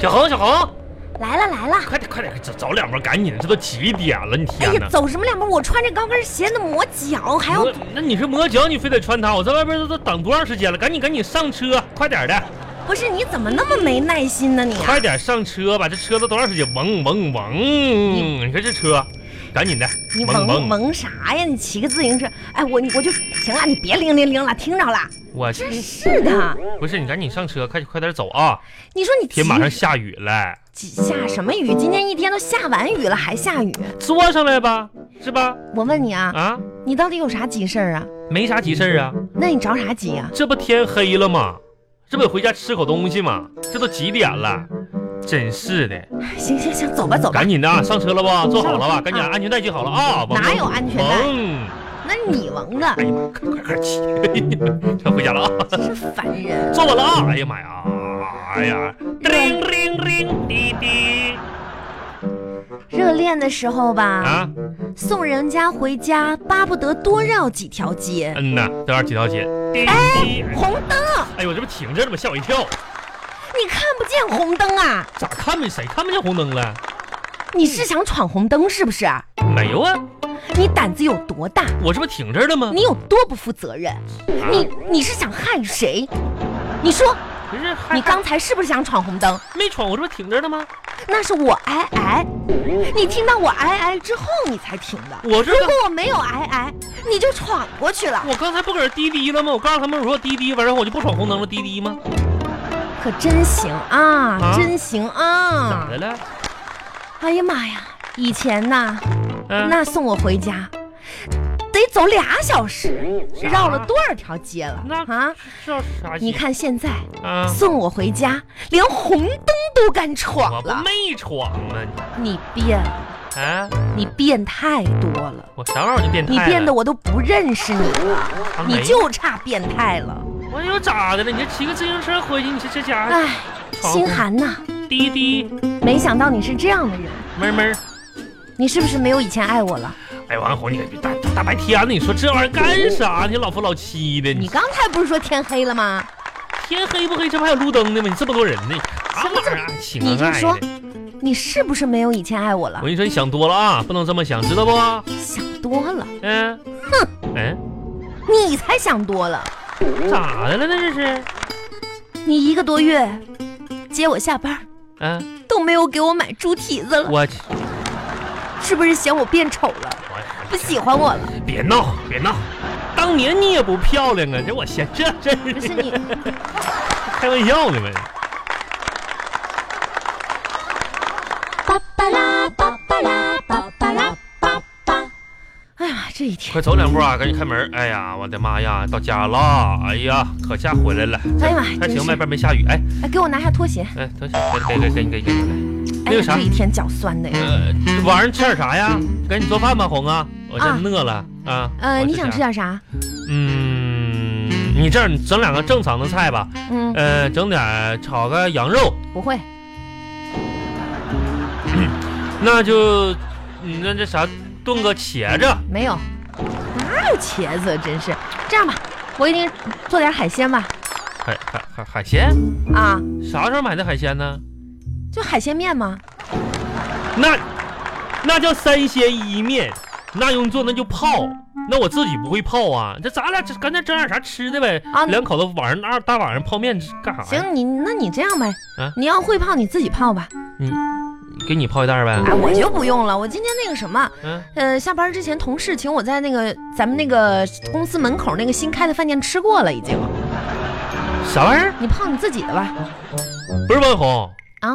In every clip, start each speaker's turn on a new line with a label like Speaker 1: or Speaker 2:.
Speaker 1: 小恒，小恒，
Speaker 2: 来了来了！
Speaker 1: 快点，快点，找找两波，赶紧的，这都几点了？你
Speaker 2: 哎
Speaker 1: 天
Speaker 2: 呀，
Speaker 1: 哪！
Speaker 2: 走什么两步？我穿着高跟鞋呢，磨脚，还要
Speaker 1: 我那你是磨脚，你非得穿它？我在外边都都等多长时间了？赶紧赶紧上车，快点
Speaker 2: 哎
Speaker 1: 的，
Speaker 2: 不是你怎么那么没耐心呢你啊？
Speaker 1: 快点上车吧！这车都多长时间？嗡嗡嗡！你看这车，赶紧的
Speaker 2: 你，蒙
Speaker 1: 嗡嗡！
Speaker 2: 蒙啥呀？你骑个自行车，哎，我你我就行了，你别铃铃铃了，听着了，
Speaker 1: 我
Speaker 2: 真是的。
Speaker 1: 不是你赶紧上车，快快点走啊！
Speaker 2: 你说你
Speaker 1: 天马上下雨了，
Speaker 2: 几下什么雨？今天一天都下完雨了，还下雨？
Speaker 1: 坐上来吧，是吧？
Speaker 2: 我问你啊，
Speaker 1: 啊，
Speaker 2: 你到底有啥急事儿啊？
Speaker 1: 没啥急事儿啊，
Speaker 2: 那你着啥急啊？
Speaker 1: 这不天黑了吗？这不得回家吃口东西吗？这都几点了？真是的，
Speaker 2: 行行行，走吧走吧
Speaker 1: 赶。紧的啊，上车了吧？坐好了吧？
Speaker 2: 上
Speaker 1: 赶紧安全带系好了啊！嗡
Speaker 2: 哪有安全带嗯
Speaker 1: 嗡
Speaker 2: 那你蒙着
Speaker 1: 哎，呀妈，快快快 骑！快回家了啊，
Speaker 2: 真是烦人。
Speaker 1: 坐稳了啊！哎呀妈呀，哎呀，叮叮叮滴滴
Speaker 2: 热恋的时候吧，
Speaker 1: 啊！
Speaker 2: 送人家回家，巴不得多绕几条街。
Speaker 1: 嗯呐，这玩意儿几条街？滴滴
Speaker 2: 红灯，
Speaker 1: 哎呦，这不停着了吗？吓我一跳！
Speaker 2: 你看不见红灯啊？
Speaker 1: 咋看没谁看不见红灯了？
Speaker 2: 你是想闯红灯是不是？
Speaker 1: 没有啊，
Speaker 2: 你胆子有多大？
Speaker 1: 我这不停这儿了吗？
Speaker 2: 你有多不负责任？
Speaker 1: 啊
Speaker 2: 你你是想害谁？你说
Speaker 1: 不是还
Speaker 2: 你刚才是不是想闯红灯？
Speaker 1: 没闯，我这不停着呢吗？
Speaker 2: 那是我挨挨，你听到我挨挨之后你才停的。
Speaker 1: 我这
Speaker 2: 如
Speaker 1: 个
Speaker 2: 果我没有挨挨，你就闯过去了。
Speaker 1: 我刚才不搁这滴滴了吗？我告诉他们我说滴滴，完然后我就不闯红灯了，滴滴吗？
Speaker 2: 可真行啊，
Speaker 1: 啊
Speaker 2: 真行
Speaker 1: 咋
Speaker 2: 啊！
Speaker 1: 的了？
Speaker 2: 哎呀妈呀，以前呐，
Speaker 1: 嗯、
Speaker 2: 那送我回家。得走俩小时，
Speaker 1: 啥
Speaker 2: 绕了多少条街了
Speaker 1: 嗯那
Speaker 2: 啊！
Speaker 1: 这啥戏？
Speaker 2: 你看现在
Speaker 1: 啊，
Speaker 2: 送我回家，连红灯都敢
Speaker 1: 我
Speaker 2: 闯
Speaker 1: 不
Speaker 2: 了，
Speaker 1: 没闯啊你
Speaker 2: 你变了，
Speaker 1: 啊！
Speaker 2: 你变太多了，
Speaker 1: 我啥玩意儿我就变态
Speaker 2: 你
Speaker 1: 了？
Speaker 2: 变得我都不认识你了。
Speaker 1: 啊没
Speaker 2: 你就差变态了。
Speaker 1: 我又咋的了？你这骑个自行车回去，你这这家伙
Speaker 2: 唉，心寒呐，
Speaker 1: 滴滴
Speaker 2: 没想到你是这样的人，
Speaker 1: 闷闷儿。
Speaker 2: 你是不是没有以前爱我了？
Speaker 1: 哎，王红，你可别大大白天啊的，你说这玩意儿干啥呢？你老夫老妻的，
Speaker 2: 你刚才不是说天黑了吗？
Speaker 1: 天黑不黑，这不还有路灯呢吗？你这么多人呢，啥
Speaker 2: 什么
Speaker 1: 玩意
Speaker 2: 这
Speaker 1: 儿啊？情
Speaker 2: 你就
Speaker 1: 爱
Speaker 2: 说
Speaker 1: 的。
Speaker 2: 你是不是没有以前爱我
Speaker 1: 我
Speaker 2: 了？
Speaker 1: 跟你说，你想多了啊，不能这么想，知道不？
Speaker 2: 想多了，
Speaker 1: 嗯，哼，嗯，
Speaker 2: 你才想多了。
Speaker 1: 咋的了呢？这是，
Speaker 2: 你一个多月接我下班
Speaker 1: 嗯，
Speaker 2: 都没有给我买猪蹄子了，
Speaker 1: 我
Speaker 2: 是不是嫌我变丑了，不
Speaker 1: 我
Speaker 2: 喜欢我了？
Speaker 1: 别闹，别闹，当年你也不漂亮啊，这我嫌这这
Speaker 2: 不是你，
Speaker 1: 开玩笑呢呗。
Speaker 3: 巴巴拉巴巴拉巴巴拉巴巴。
Speaker 2: 哎呀，这一天，
Speaker 1: 快走两步啊，赶紧开门。哎呀，我的妈呀，到家了。哎呀，可下回来了。
Speaker 2: 哎呀妈
Speaker 1: 还
Speaker 2: 真
Speaker 1: 行，
Speaker 2: 是
Speaker 1: 外边没下雨。哎
Speaker 2: 哎，给我拿下拖鞋。
Speaker 1: 哎，等一下，给给给给给给给。
Speaker 2: 哎
Speaker 1: 那个
Speaker 2: 呀，
Speaker 1: 啥
Speaker 2: 这一天脚酸的呀。
Speaker 1: 呃，这晚上吃点啥呀？赶紧做饭吧，红啊，我真饿了啊。
Speaker 2: 呃，
Speaker 1: 我
Speaker 2: 你想吃
Speaker 1: 啥？
Speaker 2: 点啥？
Speaker 1: 嗯，你这样你整两个正常的菜吧。
Speaker 2: 嗯，
Speaker 1: 呃，整点儿炒个羊肉，
Speaker 2: 不会，
Speaker 1: 那就嗯那这啥炖个茄子，
Speaker 2: 没有，哪有茄子？真是，这样吧，我给你做点海鲜吧。
Speaker 1: 海哎海海海鲜，
Speaker 2: 啊，
Speaker 1: 啥时候买的海鲜呢？
Speaker 2: 就海鲜面吗？
Speaker 1: 那那叫三鲜一面，那用做那就泡。那我自己不会泡啊，这咱俩这干脆整点啥吃的呗。
Speaker 2: 啊
Speaker 1: 两口子晚上二大晚上泡面吃干啥呀？
Speaker 2: 行，你那你这样呗，
Speaker 1: 啊
Speaker 2: 你要会泡你自己泡吧。
Speaker 1: 给你泡一袋呗。
Speaker 2: 哎，我就不用了，我今天那个什么，
Speaker 1: 嗯，
Speaker 2: 呃，下班之前同事请我在那个咱们那个公司门口那个新开的饭店吃过了，已经。
Speaker 1: 啥玩意儿？
Speaker 2: 你泡你自己的吧。
Speaker 1: 不是文红
Speaker 2: 啊？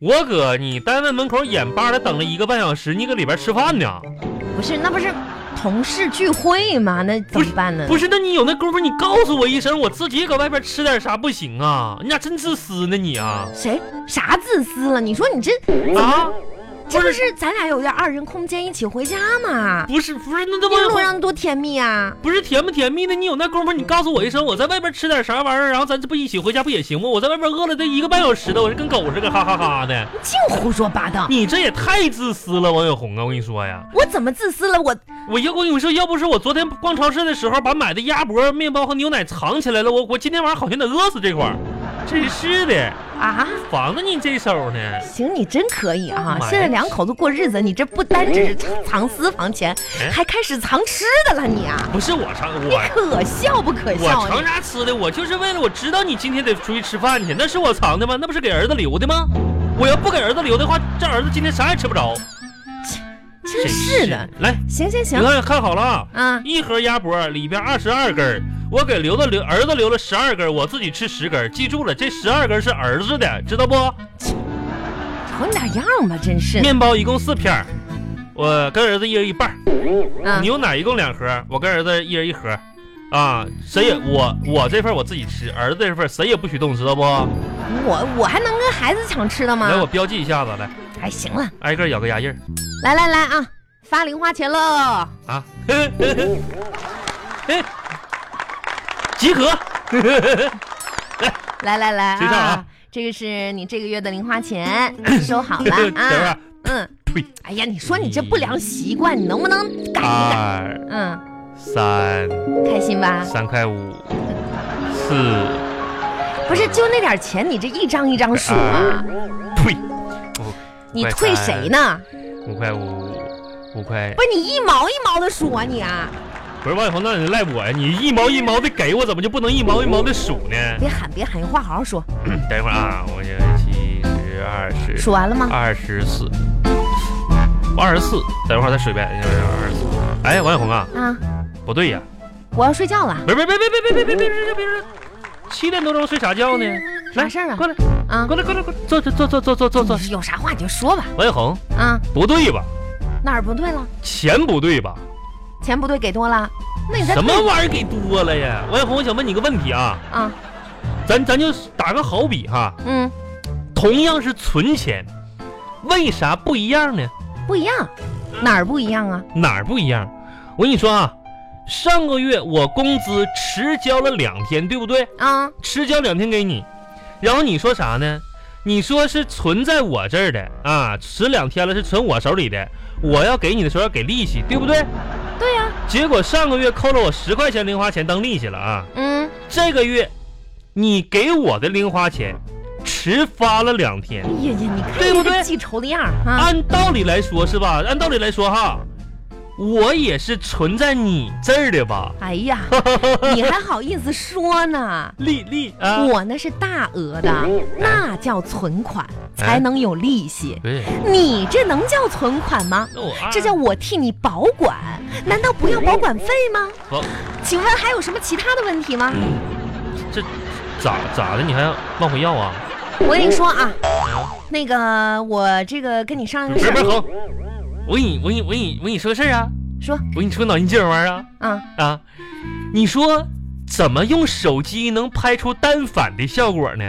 Speaker 1: 我搁你单位门口眼巴的等了一个半小时，你搁里边吃饭呢？
Speaker 2: 不是，那不是同事聚会吗？那怎么办呢？
Speaker 1: 不
Speaker 2: 是，
Speaker 1: 是，那你有那功夫，你告诉我一声，我自己搁外边吃点啥不行啊？你咋真自私呢你啊？
Speaker 2: 谁啥自私了？你说你这
Speaker 1: 啊，
Speaker 2: 这不是咱俩有点二人空间，一起回家吗？
Speaker 1: 不是不是，那
Speaker 2: 那
Speaker 1: 这
Speaker 2: 路
Speaker 1: 不
Speaker 2: 上多甜蜜啊！
Speaker 1: 不是甜不甜蜜的？你有那功夫，你告诉我一声，我在外边吃点啥玩意儿，然后咱这不一起回家不也行吗？我在外边饿了这一个半小时的，我这跟狗似的，哈哈哈的。
Speaker 2: 你净胡说八道！
Speaker 1: 你这也太自私了，王小红啊！我跟你说呀，
Speaker 2: 我怎么自私了？我
Speaker 1: 我要我跟你说，要不是我昨天逛超市的时候把买的鸭脖、面包和牛奶藏起来了，我我今天晚上好像得饿死这块儿。真是的，
Speaker 2: 啊，
Speaker 1: 防着你这手呢。
Speaker 2: 行，你真可以啊！
Speaker 1: 妈呀
Speaker 2: 现在两口子过日子，你这不单只是藏藏私房钱，
Speaker 1: 哎
Speaker 2: 还开始藏吃的了，你啊，
Speaker 1: 不是我尝
Speaker 2: 你
Speaker 1: 我
Speaker 2: 可笑不可
Speaker 1: 我
Speaker 2: 笑啊
Speaker 1: 藏
Speaker 2: 你？
Speaker 1: 啥吃的？我就是为了我知道你今天得出去吃饭去，那是我藏的吗？那不是给儿子留的吗？我要不给儿子留的话，这儿子今天啥也吃不着。
Speaker 2: 真是的，，
Speaker 1: 来，
Speaker 2: 行行
Speaker 1: 你
Speaker 2: 行，
Speaker 1: 看看好了啊，
Speaker 2: 啊，
Speaker 1: 一盒鸭脖里边二十二根儿，我给留的留儿子留了十二根儿，我自己吃十根儿。记住了，这十二根儿是儿子的，知道不？
Speaker 2: 瞅你点样吧，真是的，
Speaker 1: 面包一共四片儿，我跟儿子一人一半儿。
Speaker 2: 啊，
Speaker 1: 牛奶一共两盒，我跟儿子一人一盒，啊，谁也我我这份我自己吃，儿子这份谁也不许动，知道不？
Speaker 2: 我我还能跟孩子抢吃的
Speaker 1: 来，我
Speaker 2: 吗？
Speaker 1: 标记一下子，来，
Speaker 2: 哎，行了，
Speaker 1: 挨个咬个牙印儿
Speaker 2: 来来来啊，发零花钱喽！
Speaker 1: 啊，嘿嘿嘿嘿集合，
Speaker 2: 来来来
Speaker 1: 谁上啊
Speaker 2: 啊，这个是你这个月的零花钱，收好 了
Speaker 1: 等会
Speaker 2: 啊
Speaker 1: 儿，，
Speaker 2: 嗯，
Speaker 1: 呸，
Speaker 2: 哎呀，你说你这不良习惯，你能不能改一改？
Speaker 1: 二
Speaker 2: 嗯，
Speaker 1: 三
Speaker 2: 开心吧？
Speaker 1: 三块五，四，
Speaker 2: 不是，就那点钱，你这一张一张数啊，
Speaker 1: 呸，
Speaker 2: 你退谁呢？
Speaker 1: 五块五，五块
Speaker 2: 不，是你一毛一毛的数啊你啊！
Speaker 1: 不是王小红，那你赖我呀？你一毛一毛的给我，怎么就不能一毛一毛的数呢？
Speaker 2: 别喊别喊，有话好好说。
Speaker 1: 等一会儿啊，我这七十二十
Speaker 2: 数完了吗？
Speaker 1: 二十四，二十四，等一会儿再水呗，二十四。哎，王小红啊，
Speaker 2: 啊，
Speaker 1: 不对呀、
Speaker 2: 我要睡觉了
Speaker 1: 别别别别别别别别别别别别，七点多钟睡啥觉呢？
Speaker 2: 啥
Speaker 1: 来，
Speaker 2: 事儿啊
Speaker 1: 过来，
Speaker 2: 啊！
Speaker 1: 过来，过来，过来，坐坐坐坐坐坐坐坐。
Speaker 2: 有啥话你就说吧
Speaker 1: 王小红，
Speaker 2: 啊！
Speaker 1: 不对吧？
Speaker 2: 哪儿不对了？
Speaker 1: 钱不对吧？
Speaker 2: 钱不对，给多了，那你再
Speaker 1: 什么
Speaker 2: 退
Speaker 1: 玩意儿给多了呀？王小红，我想问你个问题啊，
Speaker 2: 啊？
Speaker 1: 咱咱就打个好比哈，
Speaker 2: 嗯，
Speaker 1: 同样是存钱，为啥不一样呢？
Speaker 2: 不一样，哪儿不一样啊？
Speaker 1: 哪儿不一样？我跟你说啊，上个月我工资迟交了两天，对不对？
Speaker 2: 啊，
Speaker 1: 迟交两天给你，然后你说啥呢？你说是存在我这儿的啊，迟两天了是存我手里的，我要给你的时候要给利息，对不对？
Speaker 2: 对呀、
Speaker 1: 结果上个月扣了我十块钱零花钱当利息了啊，
Speaker 2: 嗯，
Speaker 1: 这个月你给我的零花钱迟发了两天
Speaker 2: 哎，呀呀，你看
Speaker 1: 对不
Speaker 2: 你
Speaker 1: 对
Speaker 2: 这记仇的样儿啊！
Speaker 1: 按道理来说是吧？按道理来说哈，我也是存在你这儿的吧？
Speaker 2: 哎呀，你还好意思说呢？
Speaker 1: 利利啊，
Speaker 2: 我那是大额的，那叫存款，
Speaker 1: 哎
Speaker 2: 才能有利息。
Speaker 1: 对，
Speaker 2: 你这能叫存款吗？
Speaker 1: 那我啊二
Speaker 2: 这叫我替你保管，难道不要保管费吗？
Speaker 1: 不
Speaker 2: 请问还有什么其他的问题
Speaker 1: 嗯
Speaker 2: 吗？
Speaker 1: 这咋咋的？你还要往回要啊？
Speaker 2: 我跟你说啊，那个我这个跟你商量
Speaker 1: 不
Speaker 2: 个事
Speaker 1: 是不是
Speaker 2: 儿，
Speaker 1: 红，我给你我给你我给你我给你说个事儿啊，
Speaker 2: 说
Speaker 1: 我给你出个脑筋急转弯啊
Speaker 2: 啊，
Speaker 1: 啊！你说怎么用手机能拍出单反的效果呢？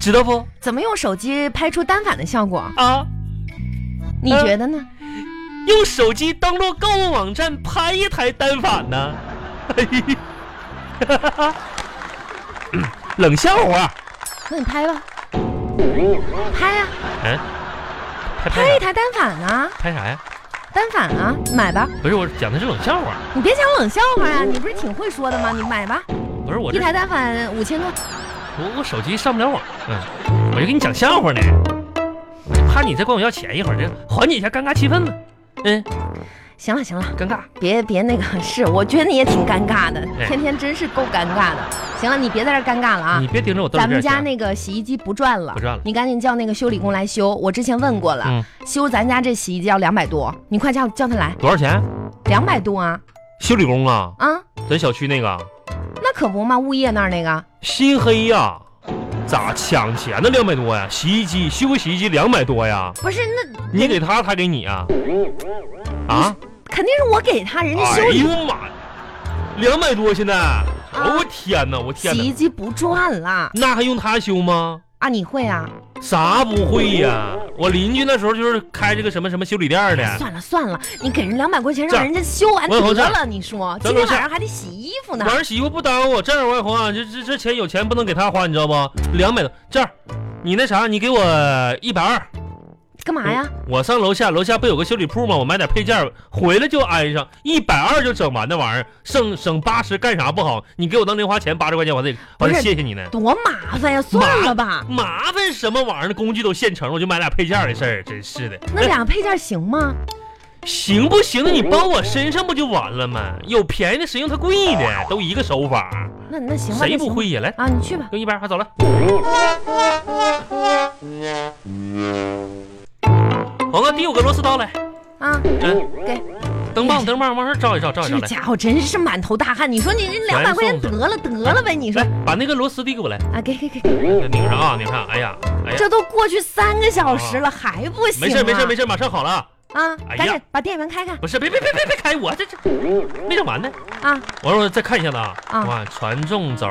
Speaker 1: 知道不
Speaker 2: 怎么用手机拍出单反的效果？
Speaker 1: 啊？
Speaker 2: 你觉得呢？
Speaker 1: 用手机登录购物网站拍一台单反呢？ 嘿嘿嘿冷笑话，
Speaker 2: 那你拍吧，拍
Speaker 1: 啊
Speaker 2: 呀、
Speaker 1: 哎拍
Speaker 2: 拍
Speaker 1: 拍
Speaker 2: 一
Speaker 1: 啥？
Speaker 2: 台单反啊，
Speaker 1: 拍啥呀？
Speaker 2: 单反啊，买吧。
Speaker 1: 不是我讲的是冷笑话，
Speaker 2: 你别讲冷笑话呀、你不是挺会说的吗？你买吧，
Speaker 1: 不是我
Speaker 2: 一
Speaker 1: 这
Speaker 2: 台单反五千多。
Speaker 1: 我我手机上不了网，嗯，我就给你讲笑话呢，我就怕你再管我要钱，一会儿这缓解一下尴尬气氛嘛，嗯，
Speaker 2: 行了行了，
Speaker 1: 尴尬，
Speaker 2: 别别那个，是我觉得你也挺尴尬的，
Speaker 1: 哎
Speaker 2: 天天真是够尴尬的。行了，你别在这儿尴尬了啊
Speaker 1: 你。别盯着我兜里
Speaker 2: 咱们
Speaker 1: 边啊
Speaker 2: 家
Speaker 1: 钱，
Speaker 2: 那个洗衣机不转了，
Speaker 1: 不转了
Speaker 2: 你赶紧叫那个修理工来修。我之前问过了，
Speaker 1: 嗯
Speaker 2: 修咱家这洗衣机要两百多，你快叫叫他来，
Speaker 1: 多少钱？
Speaker 2: 两百多啊
Speaker 1: 修理工啊，
Speaker 2: 啊，
Speaker 1: 咱小区那个
Speaker 2: 那可不嘛，物业那儿那个，
Speaker 1: 心黑呀、咋抢钱呢？两百多呀，洗衣机修个洗衣机两百多呀，
Speaker 2: 不是那
Speaker 1: 你给他，他给你啊，啊，
Speaker 2: 肯定是我给他，嗯人家
Speaker 1: 哎
Speaker 2: 修理、啊
Speaker 1: 呦妈，两百多现在，哦我天哪，我天
Speaker 2: 洗衣
Speaker 1: 哪，
Speaker 2: 机不转了
Speaker 1: 那还用他修吗？
Speaker 2: 啊，你会啊？
Speaker 1: 啥不会呀、我邻居那时候就是开这个什么什么修理店的，
Speaker 2: 算了算了，你给人两百块钱，
Speaker 1: 哎这样
Speaker 2: 让人家修完
Speaker 1: 文
Speaker 2: 得
Speaker 1: 红这样
Speaker 2: 了。你说
Speaker 1: 咱
Speaker 2: 今天
Speaker 1: 楼下
Speaker 2: 晚上还得洗衣服呢。
Speaker 1: 玩媳妇不耽误。这样，王小红啊，这这这钱有钱不能给他花，你知道不？两百多，这样，你那啥，你给我一百二，
Speaker 2: 干嘛呀？
Speaker 1: 我上楼下，楼下不有个修理铺吗？我买点配件儿，回来就安上，一百二就整完那玩意儿，剩省八十干啥不好？你给我当零花钱八十块钱，我得
Speaker 2: 不
Speaker 1: 我得
Speaker 2: 是
Speaker 1: 谢谢你呢。
Speaker 2: 多麻烦呀！算了吧，
Speaker 1: 麻烦什么玩意儿？工具都现成，我就买俩配件儿的事儿，真是的。
Speaker 2: 那俩配件行吗？
Speaker 1: 行不行？你包我身上不就完了吗？有便宜的谁用它贵的？都一个手法，
Speaker 2: 那那行吧，
Speaker 1: 谁
Speaker 2: 那行
Speaker 1: 不
Speaker 2: 吧
Speaker 1: 会呀？来，
Speaker 2: 啊？你去吧。
Speaker 1: 用一百，快走了。黄哥，递我个螺丝刀来。
Speaker 2: 啊，
Speaker 1: 嗯，
Speaker 2: 给
Speaker 1: 灯棒，灯棒，往上照一照，照一照
Speaker 2: 这
Speaker 1: 来。
Speaker 2: 家伙真是满头大汗。你说你这两百块钱
Speaker 1: 送哎
Speaker 2: 得
Speaker 1: 送
Speaker 2: 了得了呗？你说
Speaker 1: 来，把那个螺丝递给我来，
Speaker 2: 啊，给给给给，
Speaker 1: 拧上啊，拧上。哎呀，哎呀，
Speaker 2: 这都过去三个小时了，还不行？啊
Speaker 1: 啊没事没事没
Speaker 2: 事
Speaker 1: 事，马上好了啊。
Speaker 2: 啊！
Speaker 1: 哎呀
Speaker 2: 赶紧把电源开开
Speaker 1: 不是，别别别别别开，我这这没整完呢。
Speaker 2: 啊！
Speaker 1: 完了，我再看一下子啊。
Speaker 2: 啊
Speaker 1: 哇，传动轴，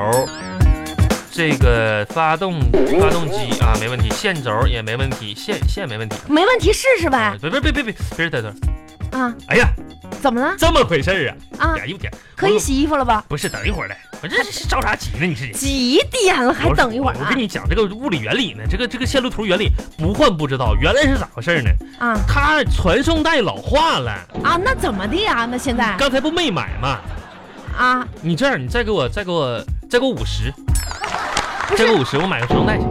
Speaker 1: 这个发动发动机啊，没问题，线轴也没问题，线线没问题。
Speaker 2: 没问题，试试呗
Speaker 1: 别别别别别别在这儿！
Speaker 2: 啊！
Speaker 1: 哎呀，
Speaker 2: 怎么了
Speaker 1: 这么回事儿啊！
Speaker 2: 啊
Speaker 1: 哎？呀，呦天，
Speaker 2: 可以洗衣服了吧？
Speaker 1: 不是，等一会儿来，我这是着啥急呢？你是
Speaker 2: 几点了还等一会儿
Speaker 1: 我
Speaker 2: 啊
Speaker 1: 跟？你讲这个物理原理呢，这个这个线路图原理不换不知道，原来是咋回事儿呢？
Speaker 2: 啊
Speaker 1: 它传送带老化了，
Speaker 2: 啊，那怎么的呀？那现在
Speaker 1: 刚才不没买吗？
Speaker 2: 啊，
Speaker 1: 你这样，你再给我再给我再给我五十，再给我五十，我买个传送带去。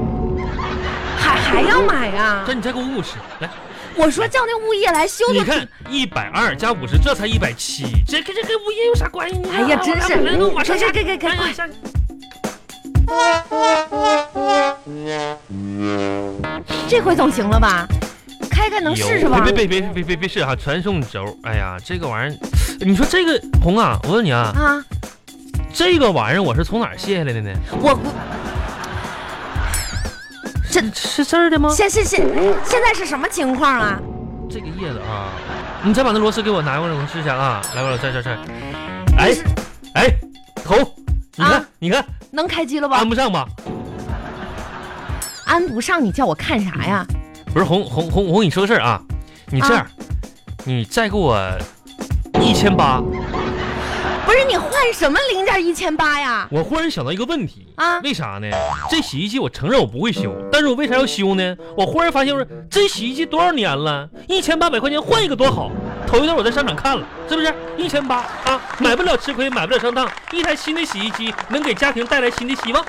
Speaker 2: 还还要买啊
Speaker 1: 这？你再给我五十，来，
Speaker 2: 我说叫那物业来修
Speaker 1: 你
Speaker 2: 修。
Speaker 1: 看一百二加五十，这才一百七，这跟这跟物业有啥关系呢？
Speaker 2: 哎呀真是
Speaker 1: 我上
Speaker 2: 真是
Speaker 1: 下
Speaker 2: 给给给
Speaker 1: 哎呀
Speaker 2: 快
Speaker 1: 下去
Speaker 2: 这回总行了吧？开开能试试吧？
Speaker 1: 别别别别别别别试哈、传送轴，哎呀，这个玩意儿，你说这个红啊，我问你啊，
Speaker 2: 啊，
Speaker 1: 这个玩意儿我是从哪儿卸下来的呢？
Speaker 2: 我我
Speaker 1: 是这儿的吗？
Speaker 2: 现现现现在是什么情况啊？
Speaker 1: 这个叶子啊，你再把那螺丝给我拿过来，我试一下啊。来过来，这这这，哎
Speaker 2: 是
Speaker 1: 哎，头，你看、
Speaker 2: 啊
Speaker 1: 你看，
Speaker 2: 能开机了吧
Speaker 1: 安？不上吧？
Speaker 2: 安不上，你叫我看啥呀？
Speaker 1: 不是红红红红，你说个事儿啊，你这样，你再给我一千八，
Speaker 2: 不是你换什么零件一千八呀？
Speaker 1: 我忽然想到一个问题
Speaker 2: 啊
Speaker 1: 为啥呢？这洗衣机我承认我不会修，但是我为啥要修呢？我忽然发现，我说这洗衣机多少年了，一千八百块钱换一个多好。头一段我在商场看了，是不是一千八啊？买不了吃亏，买不了上当。一台新的洗衣机能给家庭带来新的希望。